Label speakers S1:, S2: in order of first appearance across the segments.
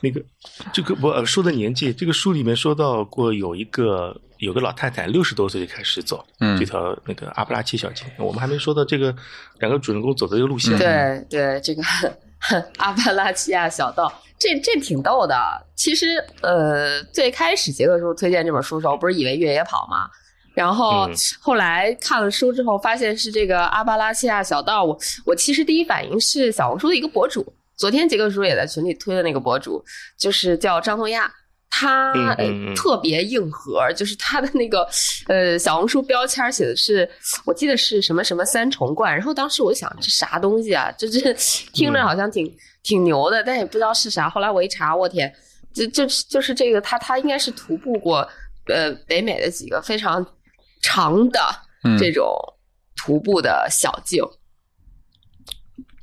S1: 那个这个不呃书的年纪，这个书里面说到过有一个有个老太太六十多岁就开始走、
S2: 嗯
S1: 这条那个阿布拉契小径，我们还没说到这个两个主人公走的这个路线。
S3: 嗯对对，这个阿巴拉契亚小道，这这挺逗的。其实，呃，最开始杰克叔推荐这本书的时候，不是以为越野跑吗？然后
S1: 嗯
S3: 后来看了书之后，发现是这个阿巴拉契亚小道。我我其实第一反应是小红书的一个博主，昨天杰克叔也在群里推的那个博主，就是叫张东亚。他
S1: 嗯
S3: 呃
S1: 嗯嗯
S3: 特别硬核，就是他的那个呃小红书标签写的是，我记得是什么什么三重冠，然后当时我想这啥东西啊，这这听着好像挺、挺牛的，但也不知道是啥。后来我一查，我天，就就是就是这个他他应该是徒步过呃北美的几个非常长的
S2: 嗯
S3: 这种徒步的小径，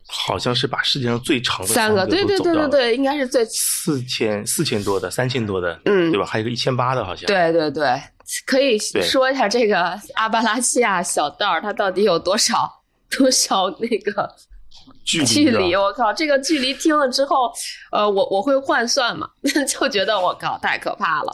S1: 好像是把世界上最长的
S3: 三个，对对对对对，应该是最
S1: 四千四千多的，三千多的，
S3: 嗯
S1: 对吧？还有一个一千八的，好像。
S3: 对对对，可以
S1: 对
S3: 说一下这个阿巴拉契亚小道儿它到底有多少多少那个
S1: 距
S3: 距
S1: 离
S3: 离？
S1: 啊
S3: 哦我靠，这个距离听了之后，呃，我我会换算嘛， 就觉得我靠太可怕了。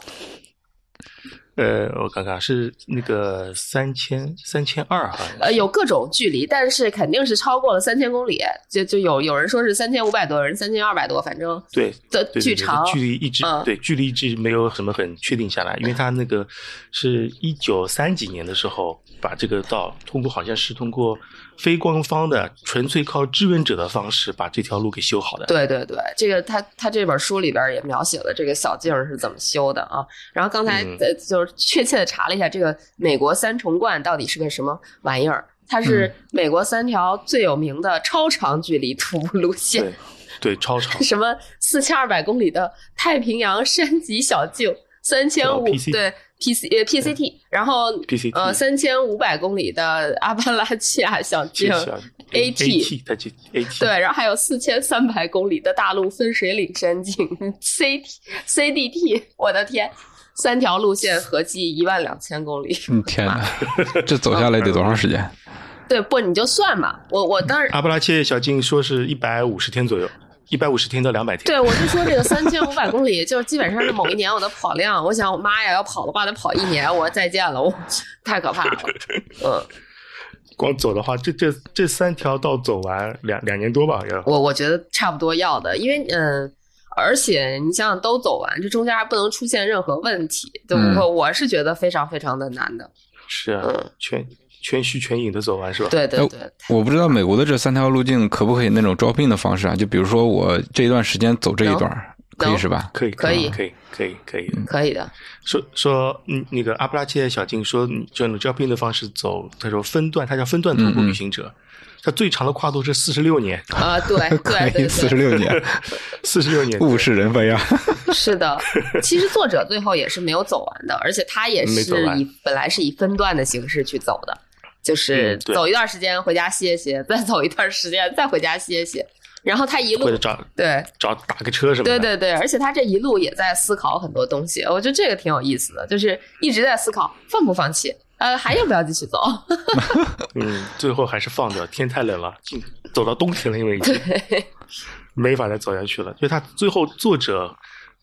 S1: 呃，我看看是那个三千三千二，好像
S3: 呃，有各种距离，但是肯定是超过了三千公里，就就有有人说是三千五百多，有人三千二百多，反正
S1: 对
S3: 的
S1: 对对
S3: 巨
S1: 对
S3: 长。
S1: 距离一直、
S3: 嗯
S1: 对距离一直没有什么很确定下来，因为他那个是一九三几年的时候把这个道通过好像是通过非官方的纯粹靠志愿者的方式把这条路给修好的。
S3: 对对对，这个他他这本书里边也描写了这个小径是怎么修的啊。然后刚才
S1: 嗯
S3: 呃就是确切的查了一下，这个美国三重冠到底是个什么玩意儿？它
S1: 嗯
S3: 是美国三条最有名的超长距离徒步路线，
S1: 对对，超 长
S3: 什么四千二百公里的太平洋山脊小径，三千五
S1: 叫 PC
S3: 对哦 P C 呃 P C T，然后
S1: PCT
S3: 呃三千五百公里的阿巴拉契亚小
S1: 谢
S3: 径
S1: 谢。啊
S3: AT
S1: AT 它就 AT
S3: 对，然后还有四千三百公里的大陆分水岭山径 C T C D T，我的天，三条路线合计一万两千公里。
S2: 嗯天哪，这走下来得多长时 间？
S3: 对，不你就算吧，我我当时
S1: 阿布拉契亚小径说是一百五十天左右，一百五十天到两百天。
S3: 对我就说这个三千五百公里，就是基本上是某一年我的跑量。我想，我妈呀，要跑的话得跑一年，我再见了，我太可怕 了。嗯，
S1: 光走的话，这这这三条道走完两两年多吧，要
S3: 我我觉得差不多要的，因为嗯。而且你想想，都走完，这中间还不能出现任何问题，对不
S2: 嗯
S3: 过我是觉得非常非常的难的。
S1: 是啊，
S3: 嗯
S1: 全全虚全影的走完是吧？
S3: 对对
S2: 哎
S3: 对，
S2: 我不知道美国的这三条路径可不可以那种招聘的方式啊？就比如说我这一段时间走这一段儿，可以
S3: 能
S2: 是吧？
S1: 可以
S3: 可以
S1: 可以可以可以。
S3: 可以的，
S1: 说说嗯，那个阿布拉契亚小径说，你就按照招聘的方式走，他说分段，他叫分段徒步
S2: 嗯嗯
S1: 旅行者，他最长的跨度是四十六年，
S3: 啊，对对
S2: 可以
S3: 对
S2: 四十
S3: 对，
S2: 六 年，
S1: 四十六 年，
S2: 物是人非啊！
S3: 是的。其实作者最后也是没有走完的，而且他也
S1: 没
S3: 是
S1: 走完
S3: 以本来是以分段的形式去走的，就是
S1: 嗯对
S3: 走一段时间回家歇歇， 再走一段时间再回家歇歇。然后他一路
S1: 或者找
S3: 对
S1: 找打个车什么
S3: 对
S1: 的，
S3: 对对，而且他这一路也在思考很多东西，我觉得这个挺有意思的，就是一直在思考放不放弃，呃，还要不要继续走？
S1: 嗯，最后还是放掉，天太冷了，进走到冬天了，因为已经
S3: 对，
S1: 没法再走下去了。就他最后作者，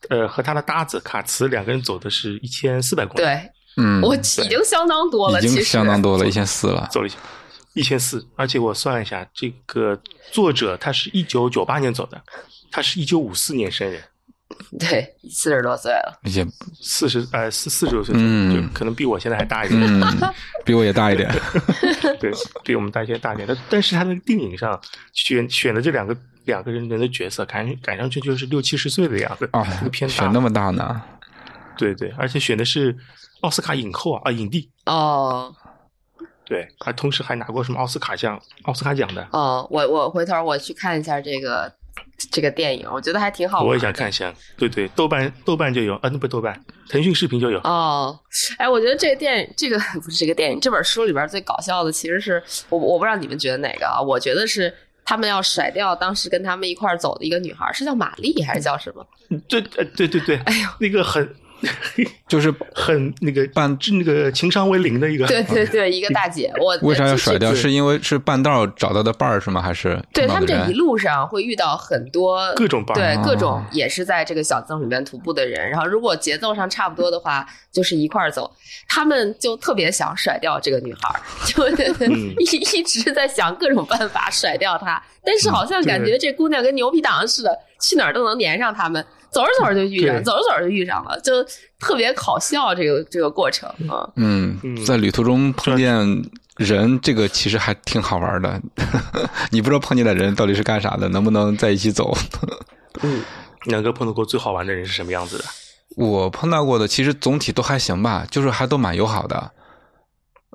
S1: 呃，和他的搭子卡茨两个人走的是一千四百公里，
S3: 对
S2: 嗯，
S3: 我已经相当多了，
S2: 已
S3: 其
S2: 经
S3: 实
S2: 相当多了，一千四了。
S1: 走了一下一千四，而且我算了一下，这个作者他是一九九八年走的，他是一九五四年生人，
S3: 对，四十多岁了，
S2: 也
S1: 四十呃四四十多岁，
S2: 嗯
S1: 就可能比我现在还大一点，
S2: 嗯，比我也大 一点。
S1: 对，比我们大一些大一点。但但是他那个电影上选选的这两个两个人的角色，赶赶上去就是六七十岁的样子
S2: 啊
S1: 这个，偏大
S2: 选那么大呢？
S1: 对对，而且选的是奥斯卡影后啊啊影帝，
S3: 哦。
S1: 对，还同时还拿过什么奥斯卡奖奥斯卡奖的，
S3: 哦，我我回头我去看一下这个这个电影，我觉得还挺好玩。
S1: 我也想看一下。对对，豆瓣豆瓣就有啊，那不是豆瓣，腾讯视频就有。
S3: 哦，哎，我觉得这个电影，这个不是这个电影，这本书里边最搞笑的其实是我，我不知道你们觉得哪个啊？我觉得是他们要甩掉当时跟他们一块儿走的一个女孩，是叫玛丽还是叫什么？
S1: 对，呃，对对对，哎呦，那个很。
S2: 就是
S1: 很那个
S2: 半
S1: 那个情商为零的一个。
S3: 对对对，一个大姐，我
S2: 为啥要甩掉？
S3: 就是
S2: 因为是半道找到的伴儿是吗？还是
S3: 对
S2: 碰到
S3: 他
S2: 的
S3: 们这
S2: 人
S3: 一路上会遇到很多
S1: 各种伴
S3: 对
S1: 儿啊
S3: 各种也是在这个小径里面徒步的人。然后如果节奏上差不多的话，就是一块儿走。他们就特别想甩掉这个女孩儿， 就
S1: 嗯
S3: 一一直在想各种办法甩掉她。但是好像感觉
S1: 嗯对
S3: 这姑娘跟牛皮糖似的，去哪儿都能粘上他们。走着走着就遇上，
S1: 对
S3: 走着走着就遇上了，就特别搞笑这个这个过程啊。
S2: 嗯，在旅途中碰见人，这个其实还挺好玩的。 你不知道碰见的人到底是干啥的，能不能在一起走？ 嗯
S1: 两个碰到过最好玩的人是什么样子的？
S2: 我碰到过的其实总体都还行吧，就是还都蛮友好的。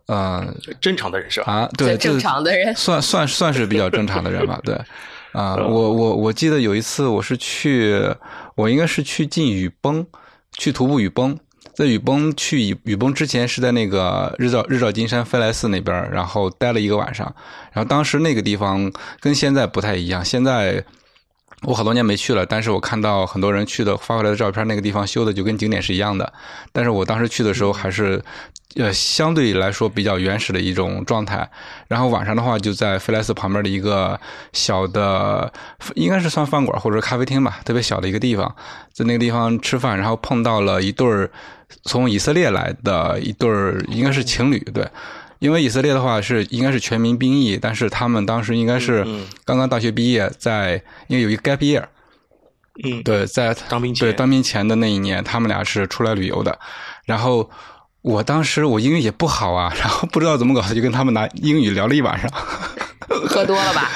S2: 嗯、
S1: 正常的人是吧？
S2: 啊，对，
S3: 最正
S2: 这
S3: 常的人
S2: 算算算是比较正常的人吧，对。啊、我我我记得有一次我是去，我应该是去进雨崩，去徒步雨崩。在雨崩去雨雨崩之前是在那个日照日照金山飞来寺那边儿，然后待了一个晚上。然后当时那个地方跟现在不太一样，现在我好多年没去了，但是我看到很多人去的发回来的照片，那个地方修的就跟景点是一样的。但是我当时去的时
S1: 嗯
S2: 候还是，呃，相对来说比较原始的一种状态。然后晚上的话，就在菲莱斯旁边的一个小的，应该是算饭馆或者咖啡厅吧，特别小的一个地方，在那个地方吃饭，然后碰到了一对儿从以色列来的一对儿，应该是情侣，对。因为以色列的话是应该是全民兵役，但是他们当时应该是
S1: 嗯嗯
S2: 刚刚大学毕业，在因为有一个 gap year，
S1: 嗯，
S2: 对，在
S1: 当兵前
S2: 对当兵前的那一年，他们俩是出来旅游的。然后我当时我英语也不好啊，然后不知道怎么搞的，就跟他们拿英语聊了一晚上，
S3: 喝多了吧？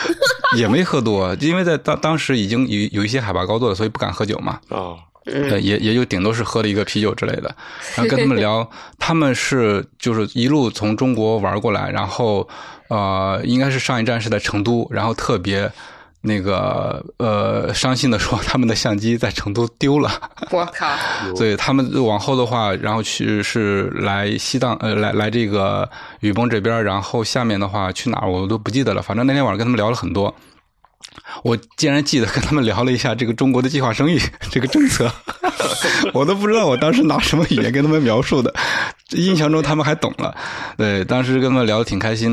S2: 也没喝多，因为在当当时已经有有一些海拔高度了，所以不敢喝酒嘛。
S1: 哦，
S2: 对，也也就顶多是喝了一个啤酒之类的。然后跟他们聊，他们是就是一路从中国玩过来，然后呃，应该是上一站是在成都，然后特别那个呃伤心的说他们的相机在成都丢了。
S3: 我靠！
S2: 所以他们往后的话，然后去是来西藏，呃，来来这个雨崩这边，然后下面的话去哪儿我都不记得了。反正那天晚上跟他们聊了很多，我竟然记得跟他们聊了一下这个中国的计划生育这个政策，我都不知道我当时拿什么语言跟他们描述的，印象中他们还懂了。对，当时跟他们聊的挺开心的，